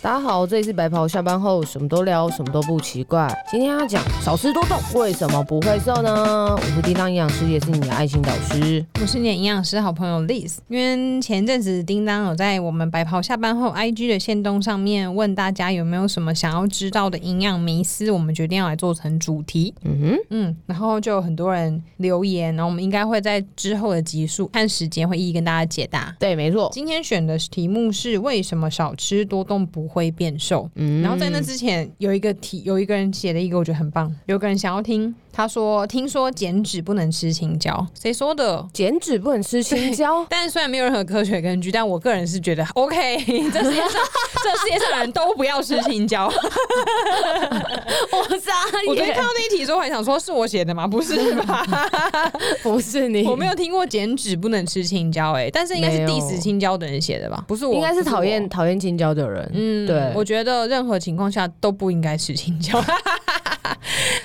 大家好，这里是白袍，下班后什么都聊，什么都不奇怪。今天要讲少吃多动，为什么不会瘦呢？我是叮当营养师，也是你的爱心导师。我是你的营养师好朋友 Liz，因为前阵子叮当有在我们白袍下班后 IG 的线动上面问大家有没有什么想要知道的营养迷思，我们决定要来做成主题。嗯哼，嗯，然后就有很多人留言，然后我们应该会在之后的集数按时间会一一跟大家解答。对，没错。今天选的题目是为什么少吃多动不会变瘦？嗯然后在那之前有一个题，有一个人写了一个我觉得很棒，有个人想要听，他说听说减脂不能吃青椒，谁说的？减脂不能吃青椒，但虽然没有任何科学根据， 但我个人是觉得 OK，这 世界上这世界上的人都不要吃青 椒。我傻 我昨天看到那一题的时候，还想说是我写的吗？ 不是吧？ 不是你，我没有听过减脂不能吃青椒、欸，哎，但是应该是没有 diss 青椒的人写的吧？不是我，应该是不我讨厌。讨厌青椒的人。嗯对我觉得任何情况下都不应该吃青椒。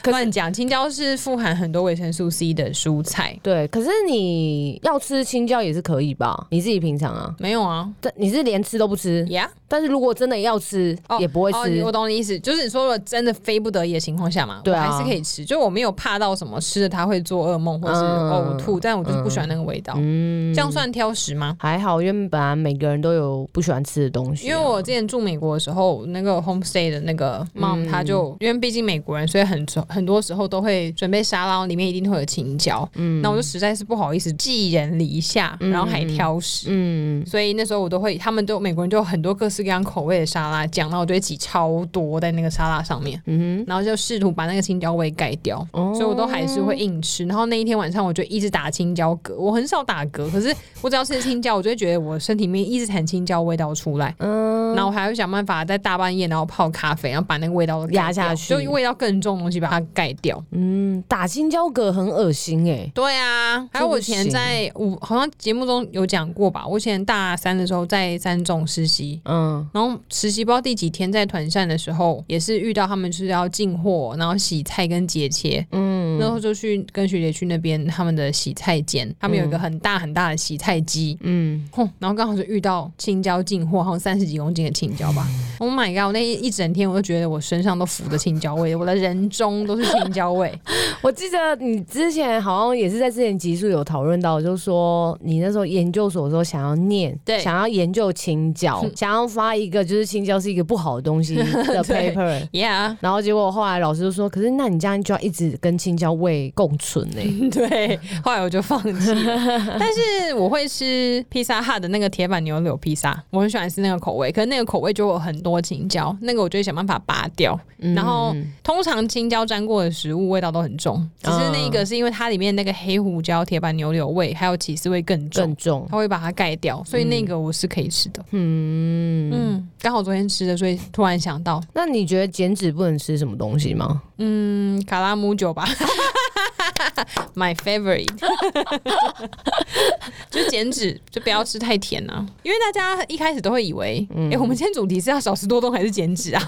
是乱讲，青椒是富含很多维生素 C 的蔬菜。对，可是你要吃青椒也是可以吧？你自己平常啊，没有啊，这你是连吃都不吃，呀、但是如果真的要吃，哦也不会哦，你吃我。懂你意思，就是你说了真的非不得已的情况下嘛，对啊我还是可以吃，就我没有怕到什么吃了它会做噩梦或是嗯呕吐，但我就是不喜欢那个味道，嗯这样算挑食吗？还好，因为本来每个人都有不喜欢吃的东西啊、因为我之前住美国的时候，那个 homestay 的那个 mom，、嗯她就因为毕竟美国人，所以很很多时候都会准备沙拉，里面一定会有青椒。嗯，那我就实在是不好意思寄人篱下，然后还挑食。嗯，所以那时候我都会，他们都美国人都有很多各式各样口味的沙拉酱，然后我就会挤超多在那个沙拉上面，嗯然后就试图把那个青椒味盖掉，哼，哦所以我都还是会硬吃。然后那一天晚上，我就一直打青椒嗝，我很少打嗝，可是我只要吃青椒，我就会觉得我身体里面一直产青椒味道出来。嗯然后我还会想办法在大半夜，然后泡咖啡，然后把那个味道都盖压下掉去就味道更重的东西把它盖掉。嗯，打青椒嗝很恶心哎、对啊，还有我以前在我好像节目中有讲过吧，我以前大三的时候在三重实习，嗯，然后实习不知道第几天在团膳的时候，也是遇到他们就是要进货，然后洗菜跟结切，嗯，然后就去跟学姐去那边他们的洗菜间，他们有一个很大很大的洗菜机，嗯，哼，然后刚好就遇到青椒进货，好像三十几公斤的青椒吧。Oh my god！我那一一整天我就觉得我身上都浮着青椒味，我的人中都是青椒味。 我记得你之前好像也是在之前集数有讨论到，就是说你那时候研究所的时候想要念，对想要研究青 椒，想要发一个就是青椒是一个不好的东西 的对 paper。 Yeah，然后结果后来老师就说，可是那你这样就要一直跟青椒味共存欸呢、 对。后来我就放弃了，但是我会吃披萨哈的那个铁板牛柳披萨，我很喜欢吃那个口味，可是那个口味就有很多青椒，那个我就会想办法拔掉。嗯然后通常青椒沾过的食物味道都很重，只是那个是因为它里面那个黑胡椒、铁板牛柳味还有起司味更重更。重，它会把它盖掉，所以那个我是可以吃的。嗯，嗯，刚好昨天吃的，所以突然想到，那你觉得减脂不能吃什么东西吗？嗯，卡拉姆酒吧 ，my favorite，就减脂，就不要吃太甜啊，因为大家一开始都会以为，嗯哎、我们今天主题是要少吃多动还是减 脂啊？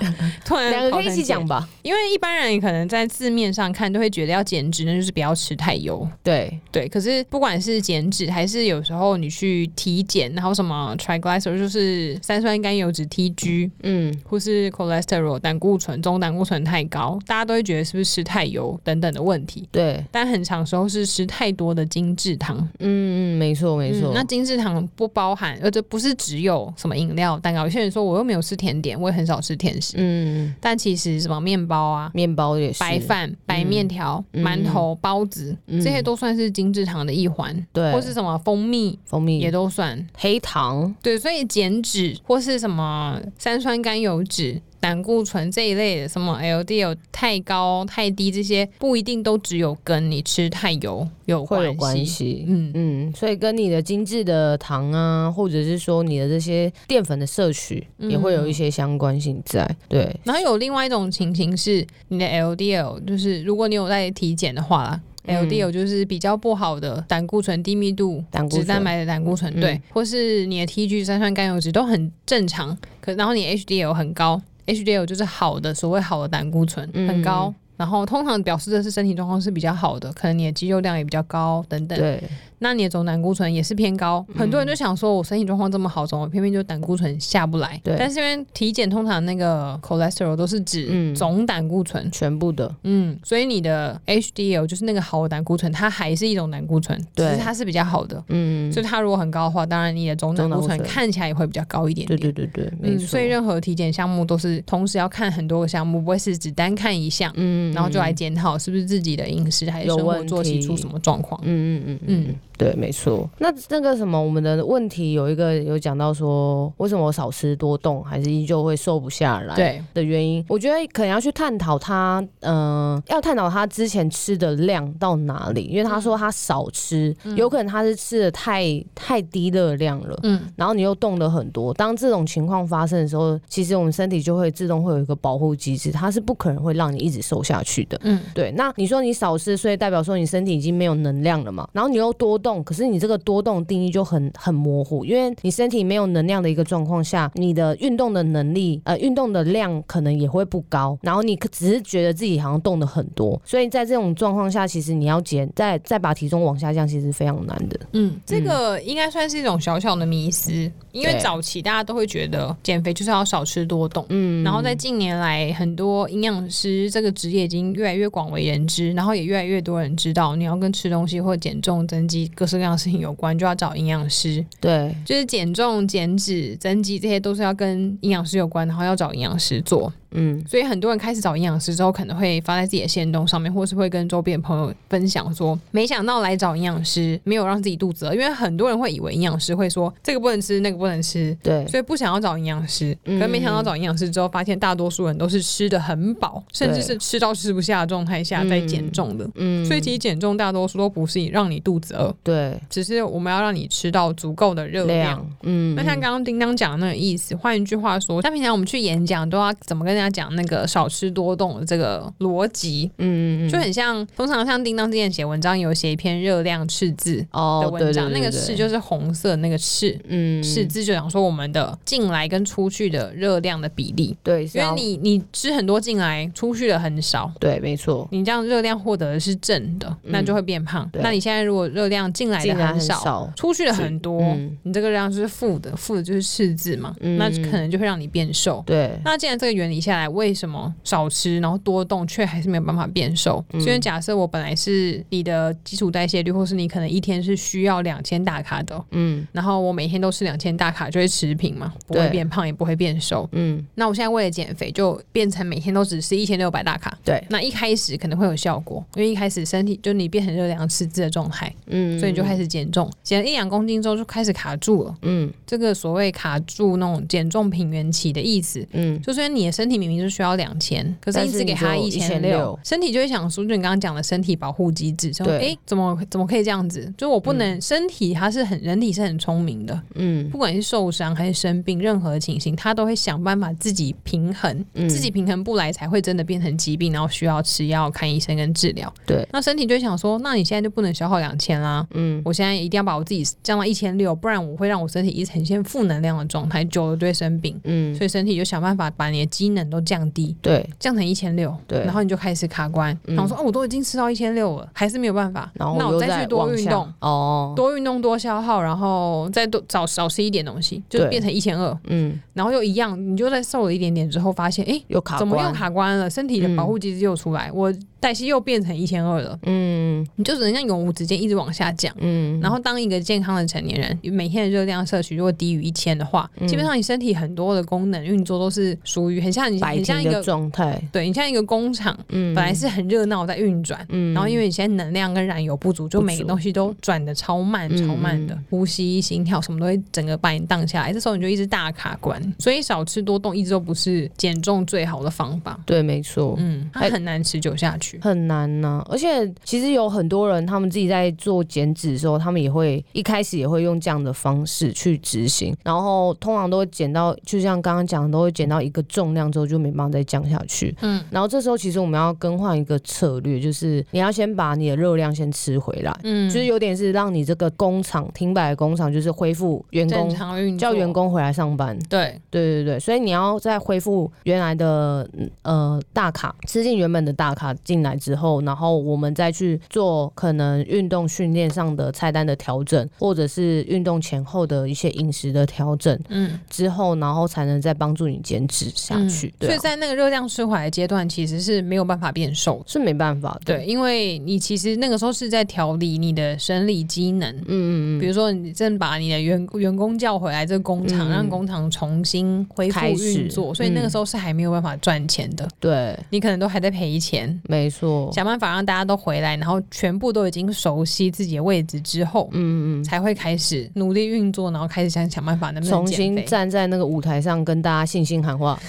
突然两个可以一起跑讲成吧。这，因为一般人可能在字面上看都会觉得要减脂，那就是不要吃太油，对，对，可是不管是减脂还是有时候你去体检，然后什么 triglyceride 就是三酸甘油脂 TG，嗯，或是 cholesterol 胆固醇、中胆固醇太高，大家都会觉得是不是吃太油等等的问题。对，但很长时候是吃太多的精制糖，嗯嗯，没错没错、嗯那精制糖不包含，呃，这不是只有什么饮料、蛋糕。有些人说我又没有吃甜点，我也很少吃甜食，嗯，但其实什么面包啊、面包也是，白饭、白面条、馒头、包子，嗯这些都算是精制糖的一环，对，或是什么蜂蜜蜂蜜也都算。黑糖，对，所以减脂或是什么三酸甘油脂、胆固醇这一类的，什么 LDL 太高、太低这些，不一定都只有跟你吃太油有会有关关系。系。嗯，嗯，所以跟你的精致的糖啊，或者是说你的这些淀粉的摄取，嗯也会有一些相关性在。对，然后有另外一种情形是，你的 LDL 就是如果你有在体检的话啦。LDL 嗯就是比较不好的胆固醇低密度胆固脂蛋醇嗯白的胆固醇，对，或是你的 TG 三酸甘油脂都很正常，可然后你 HDL 很高，HDL 就是好的所谓好的胆固醇嗯很高，然后通常表示的是身体状况是比较好的，可能你的肌肉量也比较高等等。对，嗯那你的总胆固醇也是偏高。很多人就想说，我身体状况这么好，怎么偏偏就胆固醇下不来？对但是因为体检通常那个 cholesterol 都是指嗯总胆固醇。全部的，嗯，所以你的 HDL 就是那个好的胆固醇，它还是一种胆固醇，只对是它是比较好的。嗯，所以它如果很高的话，当然你的总胆固总胆醇固醇看起来也会比较高一点对点。对对对，没嗯，错，所以任何体检项目都是同时要看很多个项目，不会是只单看一项，嗯然后就来检讨是不是自己的饮食还是有生活问作息题出什么状况。嗯嗯嗯嗯嗯，对，没错。那那个什么，我们的问题有一个有讲到说，为什么我少吃多动，还是依旧会瘦不下来？。嗯对，的原因，我觉得可能要去探讨他，嗯、要探讨他之前吃的量到哪里，因为他说他少吃，有可能他是吃的太太低热量了。嗯，然后你又动了很多，当这种情况发生的时候，其实我们身体就会自动会有一个保护机制，它是不可能会让你一直瘦下去的。嗯，对。那你说你少吃，所以代表说你身体已经没有能量了嘛？然后你又多动，可是你这个多动定义就很很模糊，因为你身体没有能量的一个状况下，你的运动的能力，呃，运动的量可能也会不高，然后你可只是觉得自己好像动的很多，所以在这种状况下，其实你要减，再再把体重往下降，其实非常难的。嗯，这个应该算是一种小小的迷思，因为对早期大家都会觉得减肥就是要少吃多动。嗯然后在近年来，很多营养师这个职业已经越来越广为人知，然后也越来越多人知道，你要跟吃东西或减重、增肌各式各样的事情有关，就要找营养师。嗯对，就是减重、减脂、增肌这些都是要跟营养师有关，然后要找营养师做。嗯。所以很多人开始找营养师之后，可能会发在自己的线动上面，或是会跟周边朋友分享说，没想到来找营养师没有让自己肚子饿，因为很多人会以为营养师会说这个不能吃，那个不能吃。对，所以不想要找营养师，嗯可没想到找营养师之后，发现大多数人都是吃的很饱，甚至是吃到吃不下的状态下在减重的。嗯所以其实减重大多数都不是让你肚子饿，对只是我们要让你吃到足够的热量。量，嗯，那像刚刚叮当讲的那个意思，换一句话说，像平常我们去演讲都要怎么跟大家讲那个少吃多动的这个逻辑，嗯嗯嗯，就很像通常像叮当之前写文章有写一篇热量赤字的哦，对文对章，对那个对赤就是红色那个赤。嗯赤字就讲说我们的进来跟出去的热量的比例，对，是因为要你你吃很多进来，出去的很少，对，没错，你这样热量获得的是正的，那就会变胖。嗯对那你现在如果热量进来的进来很少，少，出去的很多，嗯你这个量就是负的，负的就是赤字嘛，嗯那可能就会让你变瘦。对，那既然这个原理下来，为什么少吃然后多动却还是没有办法变瘦？嗯因为假设我本来是你的基础代谢率，或是你可能一天是需要两千大卡的，嗯然后我每天都吃两千大卡就会持平嘛，不会对变胖也不会变瘦。嗯，那我现在为了减肥，就变成每天都只吃一千六百大卡。对，那一开始可能会有效果，因为一开始身体就你变成热量赤字的状态，嗯，所以你就开始，始减重，减了一两公斤之后就开始卡住了。嗯这个所谓卡住那种减重平原期的意思。嗯，就是你的身体明明就需要两千，可是但你是只给他你一就千1600六，身体就会想说，就你刚刚讲的身体保护机制，说对诶，怎么怎么可以这样子？就我不能，身体它是很人体是很聪明的，嗯不管是受伤还是生病，任何情形它都会想办法自己平衡，嗯自己平衡不来才会真的变成疾病，然后需要吃药、看医生跟治疗。对，那身体就会想说，那你现在就不能消耗两千啦，嗯我现在一定要把我自己降到一千六，不然我会让我身体一直呈现负能量的状态，久了就会生病。嗯，所以身体就想办法把你的机能都降低，对，降成一千六，对然后你就开始卡关，嗯然后说哦，我都已经吃到一千六了，还是没有办法，然后那又我再再去多往运下动，哦，多运动多消耗，然后再多少少吃一点东西，就对变成一千二，嗯，然后又一样，你就再瘦了一点点之后，发现哎。诶又卡怎么又关，卡关了？身体的保护机制又出来，我代谢又变成一千二了，嗯你就只能像永无止境一直往下降。嗯，然后，当一个健康的成年人，每天的热量摄取如果低于一千的话，嗯基本上你身体很多的功能运作都是属于很像你，白很像天一的个，状态，对你像一个工厂，嗯，本来是很热闹在运转。嗯，然后，因为你现在能量跟燃油不足，就不每个足东西都转的超慢、嗯超慢的，呼吸、心跳什么都会整个把你荡下来。这时候你就一直大卡关，所以少吃多动一直都不是减重最好的方法。对，没错，嗯，它哎很难持久下去。很难呐、而且其实有很多人，他们自己在做减脂的时候，他们也会一开始也会用这样的方式去执行，然后通常都会减到，就像刚刚讲的，都会减到一个重量之后候就没办法再降下去。嗯，然后这时候其实我们要更换一个策略，就是你要先把你的热量先吃回来，嗯，就是有点是让你这个工厂停摆的工厂就是恢复员正工，常运叫作员工回来上班。对，对对对，所以你要再恢复原来的嗯呃大卡，吃进原本的大卡进来之后，然后我们再去做可能运动训练上的菜单的调整，或者是运动前后的一些饮食的调整嗯，之后，然后才能再帮助你减脂下去。所对、以啊，在那个热量吃回来的阶段，其实是没有办法变瘦的。是没办法的。对，因为你其实那个时候是在调理你的生理机能，嗯，嗯嗯比如说你正把你的员员工叫回来这个工嗯厂，让工厂重新恢复开始运作，所以那个时候是还没有办法赚钱的，嗯，对，你可能都还在赔钱。没错。想办法让大家都回来，然后全部都已经熟悉自己的位置之后，嗯嗯嗯。才会开始努力运作，然后开始想想办法能不能重减新肥。站在那个舞台上跟大家信心喊 话，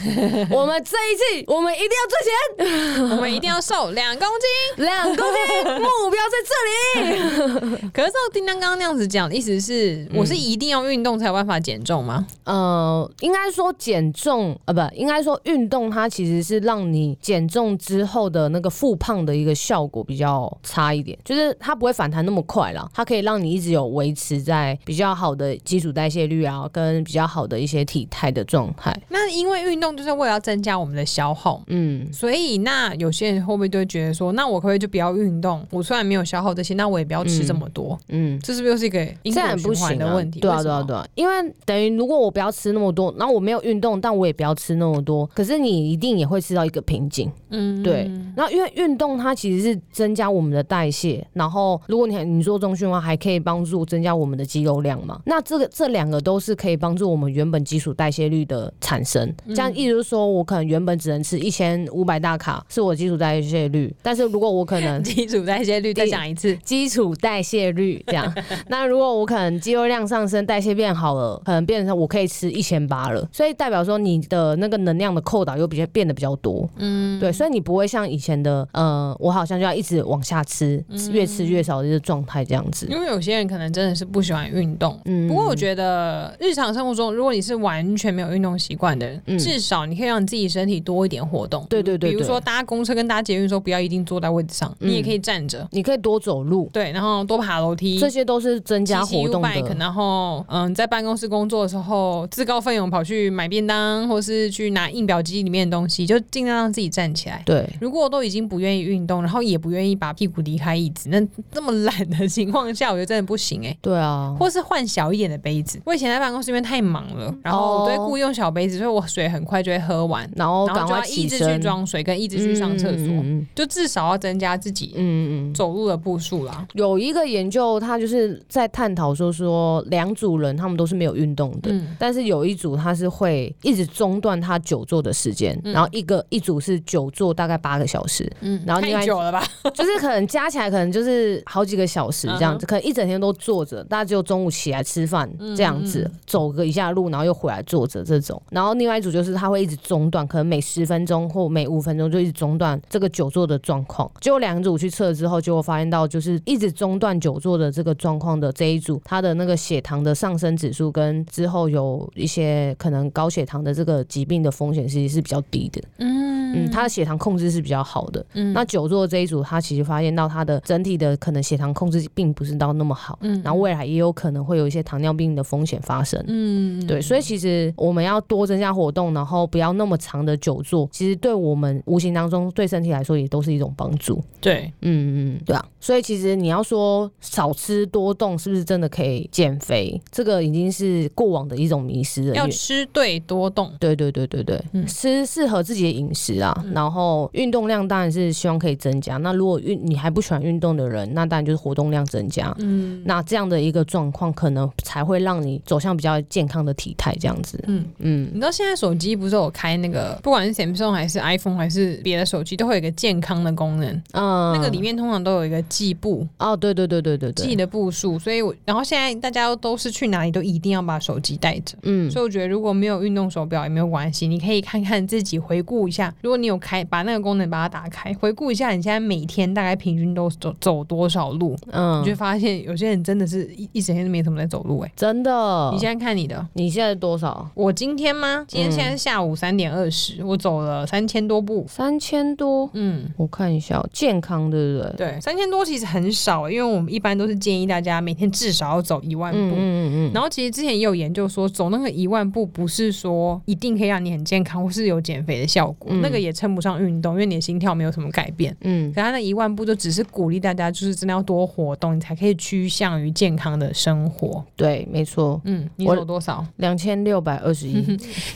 我们这一季我们一定要赚钱。我们一定要瘦两公斤。 两公 斤，目标在这里。可是照叮当刚刚那样子讲，意思是我是嗯一定要运动才有办法减重吗？呃，应该说减重，呃，不，应该说运动，它其实是让你减重之后的那个复胖的一个效果比较差一点，就是它不会反弹那么快啦，它可以让你一直有维持在比较好的基础代谢率啊，跟比较好的一些体态的状态。那因为运动就是为了要增加我们的消耗。嗯，所以，那有些人会不会就会觉得说，那我可不可以就不要运动？我虽然没有消耗这些，那我也不要吃这么多，嗯。这是不是又是一个因这样果也不循环行的啊问题？对啊，为什对么啊，对啊，因为等于如果我不要吃那么多，然后我没有运动，但我也不要吃那么多，可是你一定也会吃到一个瓶颈。嗯，对，那因为运动它其实是增加我们的代谢，然后如果你你做中训的话，还可以帮助增加我们的肌肉量嘛。那这个这两个都是可以帮助我们原本基础代谢率的产生。这样意思就是说我可能原本只能吃一千五百大卡是我基础代谢率，但是如果我可 能基础代谢率嗯再讲一次，基础代谢率这 样。那如果我可能肌肉量上升，代谢变好了，可能变成我可以吃一千八了，所以代表说你的那个能量的扣打又比较变得比较多。嗯，对，所以你不会像以前的，呃，我好像就要一直往下吃，嗯越吃越少的一个状态这样子。因为有些人可能真的是不喜欢运动。嗯不过我觉得日常生活中，如果你是完全没有运动习惯的人，嗯至少你可以让你自己身体多一点活动。对对对比如对说搭公车跟搭捷运的时候，不要一定坐在位置上，嗯你也可以站着。你可以多走路，对，然后多爬楼梯。这些都是增加骑骑活动 Ubike，的。然后嗯，在办公室工作的时候，自告奋勇跑去买便当，或是去拿印表机里面的东西，就尽量让自己站起来。对，如果我都已经不愿意运动，然后也不愿意把屁股离开椅子，那这么懒的 情况下，我觉得真的不行哎、对啊，或是换小一点的杯子。我以前在办公室因为太忙了，然后我都会故意用小杯子，所以我水很快就会喝完，然后然后哦赶就快要一起直身，去装水跟一直去上厕所，嗯嗯嗯就至少要增加自己嗯嗯嗯走路的步数啦。有一个研究，他就是在探讨说说两组人他们都是没有运动的，嗯但是有一组他是会一直中断他久坐的时间，然后一个一组是久坐大概八个小时，嗯然后另外太一久了吧？就是可能加起来可能就是好几个小时这样子，可能一整天都坐着，大家只有中午起来吃饭这样子，走个一下路，然后又回来坐着这种。然后另外一组就是他会一直中断，可能每十分钟或每五分钟就一直中断这个久坐的状况。结果两组去测之后，结果发现到就是一直中断久坐的这个状况的这一组，他的那个血糖的上升指数跟之后有一些可能高血糖的这个疾病的风险其实是比较低的。嗯，嗯他的血糖控制是比较好的。嗯那久坐这一组，他其实发现到他的整体的可能血糖控制并不是到那么好，嗯然后未来也有可能会有一些糖尿病的风险发生。嗯对，所以其实我们要多增加活动，然后不要那么长的久坐，其实对我们无形当中对身体来说也都是一种帮助。对，嗯嗯，对啊。所以其实你要说少吃多动是不是真的可以减肥，这个已经是过往的一种迷失了。因要为吃对多动。对对对对对，嗯吃适合自己的饮食啊，然后运动量当然是希望可以增加。那如果运你还不喜欢运动的人，那当然就是活动量增加。嗯那这样的一个状况，可能才会让你走向比较健康的体态，这样子。嗯。嗯，你知道现在手机不是有开那个，不管是 Samsung 还是 iPhone 还是别的手机，都会有一个健康的功能。嗯那个里面通常都有一个计步，哦，对对对对对自己对，的步数，所以我然后现在大家都是去哪里都一定要把手机带着。嗯所以我觉得如果没有运动手表也没有关系，你可以看看自己回顾一下，如果你有开把那个功能把它打开，回顾一下你现在每天大概平均都走走多少路，嗯你就，会发现有些人真的是一一整天都没怎么在走路、欸。哎、真的。你现在看你的，你现在多少？我今天吗？今天现嗯在是下午三点二十，我走了三千多步。三千多，嗯，我看一下哦，健康对不对？对，三千多其实很少、因为我们一般都是建议大家每天至少要走一万步。嗯嗯嗯嗯，然后其实之前也有研究说，走那个一万步不是说一定可以让你很健康，或是有减肥的效果，嗯那个也称不上运动，因为你的心跳没有什么改变。嗯可他那一万步就只是鼓励大家，就是真的要多活动，你才可以趋向于健康的生活。对，没错，嗯，你我走多少？两千六百二十 一。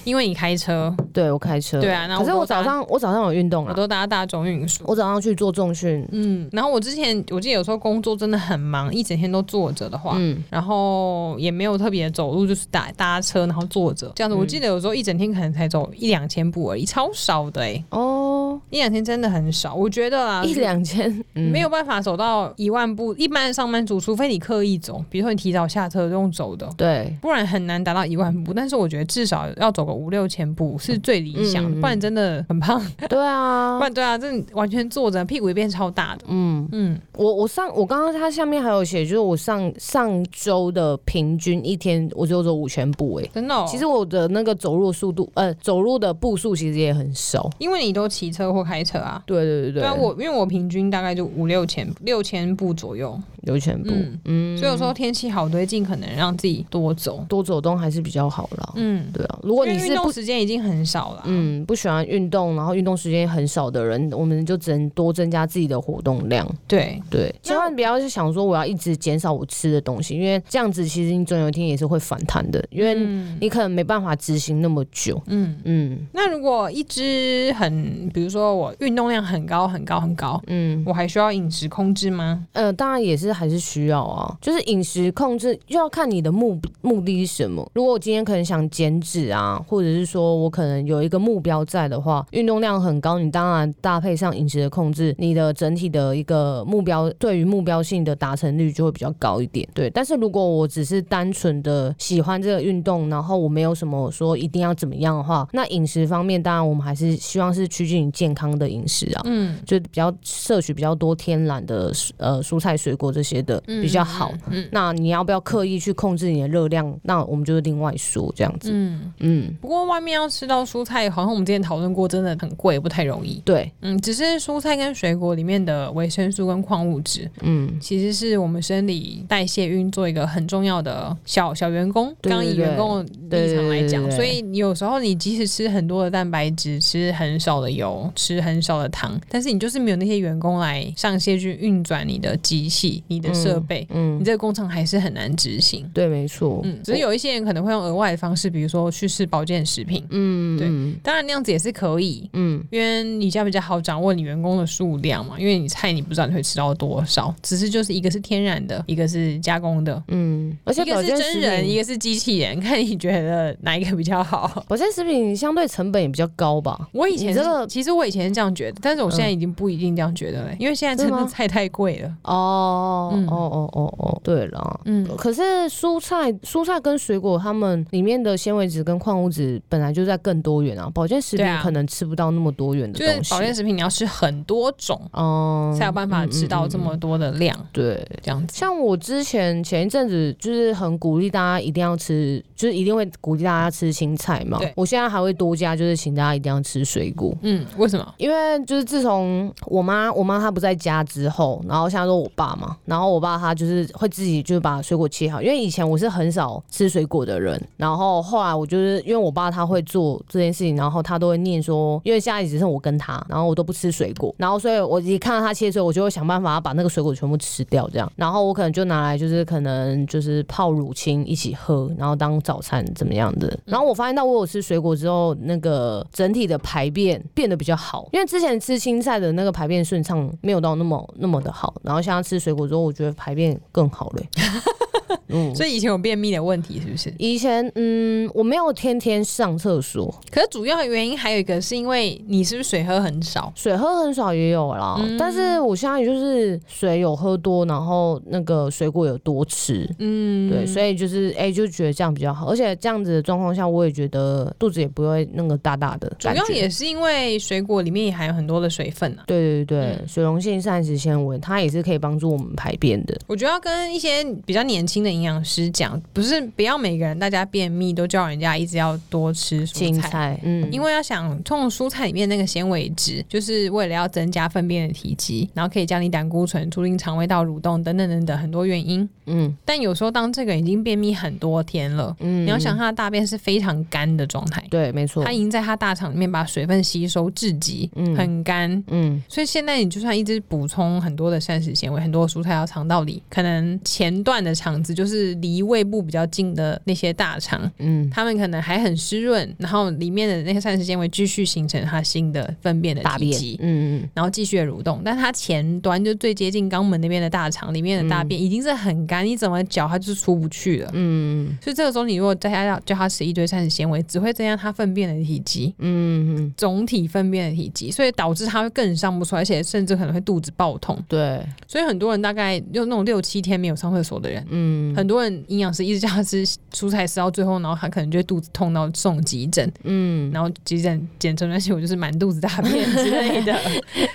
因为你开车，对我开车，对啊那我可是都我早搭上我早上有运动我啊，都搭大众运输。我早上去做重训，嗯，然后我之前我记得有时候工作真的很忙，一整天都坐着的话，嗯然后也没有特别走路，就是打搭车然后坐着嗯这样子。我记得有时候一整天可能才走一两千步而已，超少的哎、哦，一两千真的很少。我觉得啦，一两千，嗯啊没有办法走到一万步。一般的上班族，除非你刻意走，比如说你提早下车用走的。对，不然很难达到一万步，但是我觉得至少要走个五六千步是最理想的，嗯嗯嗯不然真的很胖。对啊不，然对啊，这完全坐着屁股也变超大的。嗯。嗯，我我上我刚刚它下面还有写，就是我上上周的平均一天我只有走五千步诶、真的哦、其实我的那个走路速度，呃，走路的步数其实也很少。因为你都骑车或开车啊。对对对对啊，我因为我平均大概就五六千六千步左右，有钱步，嗯嗯，所以有时候天气好都会尽可能让自己多走。多走动还是比较好啦。嗯，对啊，如果你因为是运不动时间已经很少了。嗯，嗯不喜欢运动，然后运动时间很少的人，我们就只能多增加自己的活动量。对，对，千万不要是想说我要一直减少我吃的东西，因为这样子其实你总有一天也是会反弹的，因为嗯你可能没办法执行那么久。嗯。嗯那如果一只很，比如说我运动量很高很高很高，嗯，我还需要饮食控制吗？呃，当然也是还是需要啊，就是饮食控制就要看你的目目的是什么。如果我今天可能想减脂啊，或者是说我可能有一个目标在的话，运动量很高，你当然搭配上饮食的控制，你的整体的一个目标对于目标性的达成率就会比较高一点。对，但是如果我只是单纯的喜欢这个运动，然后我没有什么说一定要怎么样的话，那饮食方面当然我们还是希望是趋近于健康的饮食啊。嗯就比较摄取比较多天然的呃蔬菜水果这些的比较好。嗯那你要不要刻意去控制你的热量？那我们就是另外说这样子。嗯。嗯，不过外面要吃到蔬菜，好像我们之前讨论过，真的很贵，不太容易。对，嗯，只是蔬菜跟水果里面的维生素跟矿物质，嗯，其实是我们生理代谢运作一个很重要的小小员工。对对刚以员工的立场来讲，对对对对所以你有时候你即使吃很多的蛋白质，吃很少的油，吃很少的糖，但是你就是没有那些员工来上线去运转你的机器、你的设备，嗯你，这个工厂还是很难执行。对，没错。嗯，只是有一些人可能会用额外的方式，比如说去试保健食品，嗯，对嗯当然那样子也是可以，嗯，因为你这样比较好掌握你员工的数量嘛，因为你菜你不知道你会吃到多少，只是就是一个是天然的，一个是加工的，嗯，而且一个保是健真食人，一品，个是机器人， 看你觉得哪一个比较好。保健食品相对成本也比较高吧？我以前你是这个其实我以前是这样觉得，但是我现在已经不一定这样觉得了，因为现在真嗯真的的吗菜太贵了。哦，嗯哦哦哦哦，对了。嗯，可是蔬菜、蔬菜跟水果，它们里面的纤维质跟矿物质本来就在更多元啊。保健食品对啊可能吃不到那么多元的就是东西，啊保健食品你要吃很多种哦，才有办法嗯嗯吃到嗯这么多的量，对。这样子。像我之前前一阵子就是很鼓励大家一定要吃，就是一定会鼓励大家吃青菜嘛对。我现在还会多加，就是请大家一定要吃水果。嗯，为什么？因为就是自从我妈我妈她不在家之后，然后现在都我爸嘛，然后我爸他就是会自己就是把水果切好，因为以前我是很少吃水果的人，然后后来我就是因为我爸他会做这件事情，然后他都会念说，因为家里只剩我跟他，然后我都不吃水果，然后所以我一看到他切水果，我就会想办法把那个水果全部吃掉这样，然后我可能就拿来就是可能就是泡乳清一起喝，然后当早餐怎么样的，然后我发现到我有吃水果之后，那个整体的排便变得比较好，因为之前吃青菜的那个排便顺畅没有到那么那么的好，然后现在吃水果之后，我觉得排便更好了欸、嗯，所以以前有便秘的问题是不是？以前嗯，我没有天天上厕所，可是主要的原因还有一个是因为你是不是水喝很少？水喝很少也有啦，嗯但是我现在就是水有喝多，然后那个水果有多吃，嗯，对，所以就是哎、就觉得这样比较好，而且这样子的状况下，我也觉得肚子也不会那个大大的主感要觉。也是因为水果里面也含有很多的水分啊。对对对，水溶性膳食纤维它也是可以帮助我们排便的。我觉得要跟一些比较年轻的营养师讲，不是不要每个人大家便秘都叫人家一直要多吃蔬青菜。菜，嗯，因为为要想从蔬菜里面那个纤维质，就是为了要增加粪便的体积，然后可以降低胆固醇、促进肠胃道蠕动等等等等很多原因。嗯但有时候当这个人已经便秘很多天了，嗯，你要想他的大便是非常干的状态，对，没错他，已经在他大肠里面把水分吸收至极，嗯很干。嗯所以现在你就算一直补充很多的膳食纤维，很多蔬菜到肠道里，可能前段的肠子就是离胃部比较近的那些大肠，嗯，他们可能还很湿润，然后里面的那些膳食纤维继续形成它新的粪便的大体便积，。嗯嗯然后继续的蠕动，但它前端就最接近肛门那边的大肠里面的大便已经是很干，你怎么搅它就是出不去了。嗯所以这个时候，你如果再加上叫它吃一堆膳食纤维，只会增加它粪便的体积，嗯嗯，总体粪便的体积，所以导致它会更上不出来，而且甚至可能会肚子爆痛。对，所以很多人大概就那种六七天没有上厕所的人，嗯很多人营养师一直叫他吃蔬菜吃到最后，然后他可能就会肚子痛到送急诊，嗯然后急诊检查那些我就是满肚子大便之类 的，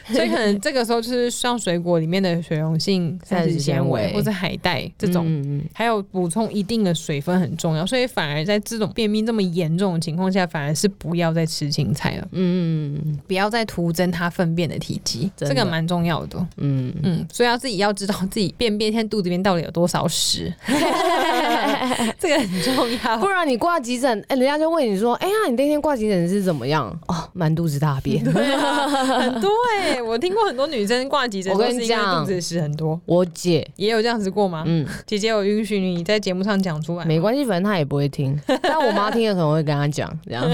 所以可能这个时候就是像水果里面的水溶性膳食纤膳食纤维维或者海带这种。嗯嗯还有补充一定的水分很重要，所以反而在这种便秘这么严重的情况下，反而是不要再吃青菜了，嗯嗯不要再徒增它粪便的体积，真这的个蛮重要的。嗯嗯，嗯，所以要自己要知道自己便便现在肚子里面到底有多少 屎，这个很重要不。然你挂急诊，哎，人家就问你说，哎呀，你那天挂急诊是怎么样？哦，满肚子大 便。对啊，很多哎、我听过很多女生挂急诊，我跟你是因为讲肚子屎很多，我姐，也有这样子过吗？嗯，姐姐有允许你在节目上讲出来吗，没关系，反正她也不会 听，但我妈听了可能会跟她讲，这样。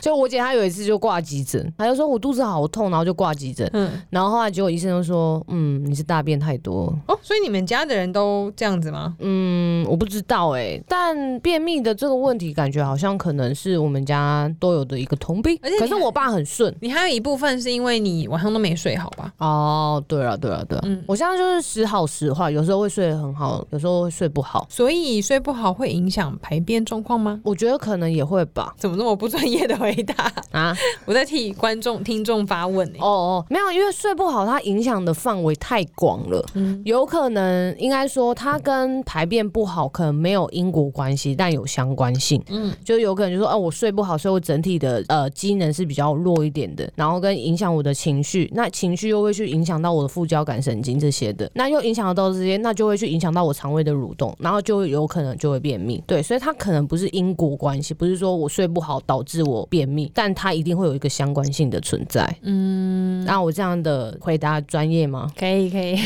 就我姐她有一次就挂急诊，她就说我肚子好痛，然后就挂急诊，嗯，然后后来结果医生就说，嗯，你是大便太多。哦，所以你们家的人都这样子吗？嗯，我不知道哎、但便秘的这个问题，感觉好像可能是我们家都有的一个通病。而且你可是我爸很顺。你还有一部分是因为你晚上都没睡好吧？哦，对了，对了，对了，嗯我现在就是时好时坏，有时候会睡得很好，有时候会睡不好。所以睡不好会影响排便状况吗？我觉得可能也会吧。怎么那么不专业的回答？ 啊，我在替观众听众发问呢、欸哦哦，没有，因为睡不好，它影响的范围太广了。嗯有可能应该说，它跟排便不好可能没有因果关系，但有相关性。嗯，就有可能就说，哦、我睡不好，所以我整体的呃机能是比较弱一点的，然后跟影响我的情绪，那情绪又会去影响到我的副交感神经这些的，那又影响到这些，那就会去影响到我肠胃的蠕动，然后就有可能就会便秘。对，所以它可能不是因果关系，不是说我睡不好导致我便秘，但它一定会有一个相关性的存在。嗯，那我这样的回答专业吗？可以可以。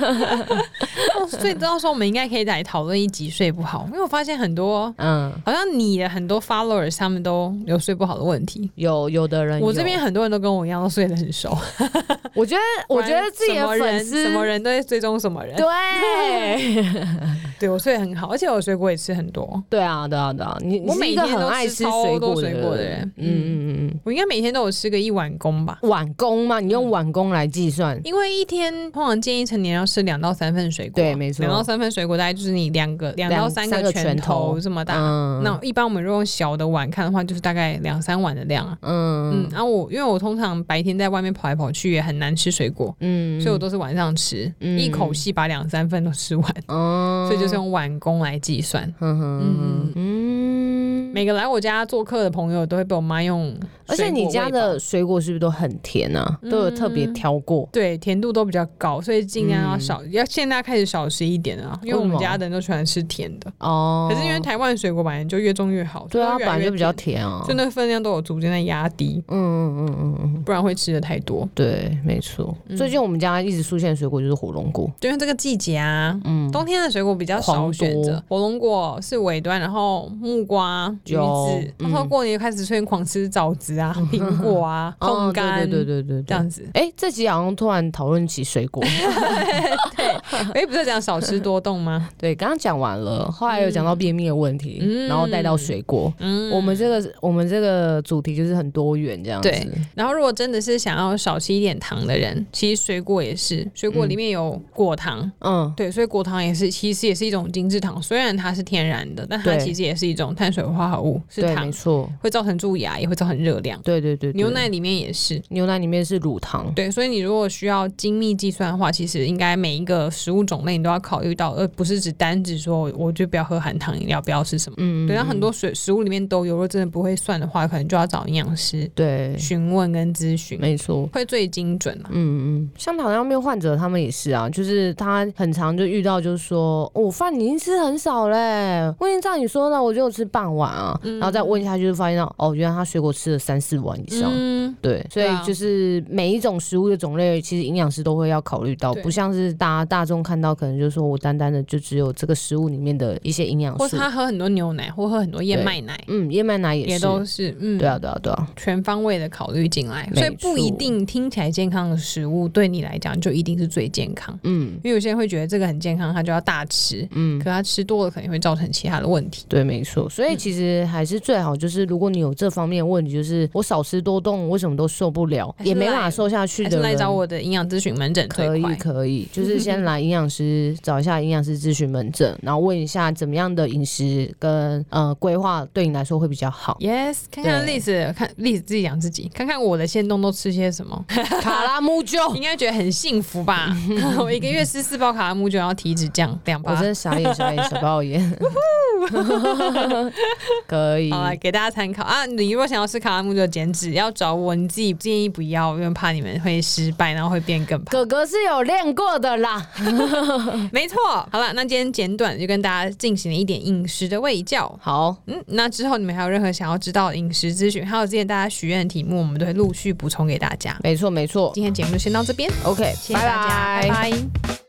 哦所以到时候我们应该可以来讨论一集睡不好，因为我发现很多嗯，好像你的很多 followers 他们都有睡不好的问题。有有的嗯人有我这边，很多人都跟我一样都睡得很熟，我觉得我觉得自己什的么人粉丝什么人都会追踪什么人。对。对我睡得很好，而且我水果也吃很多。对啊，对啊，对啊，你你我是每一个天很都爱吃吃超水多果水果的人嗯嗯嗯我应该每天都有吃个一碗公吧，嗯，碗工嘛，你用碗工来计算，因为一天通常建议成年人要吃两到三份水果，对没错两到三份水果大概就是你两个两到三三个拳拳头这么大。嗯那一般我们如果用小的碗看的话，就是大概两三碗的量啊。嗯，嗯然、后、我因为我通常白天在外面跑来跑去也很难吃水果，嗯所以我都是晚上吃，嗯一口气把两三份都吃完，哦所以就是嗯用碗工来计算。哼哼嗯，每个来我家做客的朋友都会被我妈用水果嗯喂饱，而且你家的水果是不是都很甜啊？都有特别挑过，对甜度都比较高，所以尽量要少，要现在开始少吃一点啊，因为我嗯们为什么家的人都喜欢吃甜的。哦，可是因为台湾的水果本来就越重越好，对啊，就本越来来越就比较甜啊甜，，就那个分量都有逐渐在压低，嗯嗯嗯嗯嗯。不然会吃的太多。对，没错。嗯最近我们家一直出现的水果就是火龙果，就因为这个季节啊，嗯，冬天的水果比较少狂多选择，火龙果是尾端，然后木瓜、橘有子，嗯然后过年就开始出现狂吃枣子，子啊、苹果啊、哦烘干，对对对对对，这样子。哎、这集好像突然讨论起水果，哎、不是讲少吃多动 吗？对，刚刚讲完了，后来有讲到便秘的问题，嗯然后带到水果。嗯，我们这个我们这个主题就是很多元这样子，对然后，如果真的是想要少吃一点糖的人，其实水果也是，水果里面有果糖，嗯，对，所以果糖也是，其实也是一种精制糖，虽然它是天然的，但它对其实也是一种碳水化合物，是对，没糖，错，会造成蛀牙，也会造成热量。对对对对牛奶里面也是，牛奶里面是乳糖，对，所以你如果需要精密计算的话，其实应该每一个食物种类你都要考虑到，而不是只单指说我就不要喝含糖饮料，不要吃什么。嗯，对，嗯然后很多水食物里面都有，如果真的不会算的话，可能就要找营养师对，询问跟咨询，没错。会最精准嘛。嗯嗯，像糖尿病患者他们也是啊，就是他很常就遇到，就是说我饭已经吃很少嘞，我已经照你说的，我就吃半碗啊，嗯然后再问下去就发现到，哦，原来他水果吃了三四碗以上，嗯，对，所以对啊就是每一种食物的种类，其实营养师都会要考虑到，对不像是大家大众看到，可能就是说我单单的就只有这个食物里面的一些营养或素。是他喝很多牛奶，或喝很多燕对麦奶，嗯，燕麦奶也是，也都是嗯，对啊，对啊，对啊，全方位的考虑进来，没所以不一错定听起来健康的食物对你来讲就一定是最健康。嗯因为有些人会觉得这个很健康，他就要大吃，嗯可。他吃多了可能会造成其他的问题。对，没错，所以嗯其实还是最好就是，如果你有这方面的问题，就是我少吃多动，为什么都受不了，还是也没办法来瘦下去还的是来人找我的营养咨询门诊最可以快。。可以，就是先来营养师找一下营养师咨询门诊，然后问一下怎么样的饮食跟呃规划对你来说会比较好 Yes，看看对例子，看例子自己讲自己，看看我的现动都吃些 什么，卡拉木 就，应该觉得很幸福吧？ 我一个月吃四包卡拉木酒，然后体脂降两包我。真的傻眼傻眼小爆眼， 可以好了，给大家参考啊！你如果想要吃卡拉木酒减脂，要找我，你自己建议不要，因为怕你们会失败，然后会变更胖。哥哥是有练过的啦，没错，好了，那今天简短就跟大家进行了一点饮食的喂教。好，嗯，那之后你们还有任何想要知道的饮食资讯，还有之前大家许愿的题目，我们都会陆续补充给大家。没错没错今天节目就先到这边， ，OK，谢谢大家，拜拜拜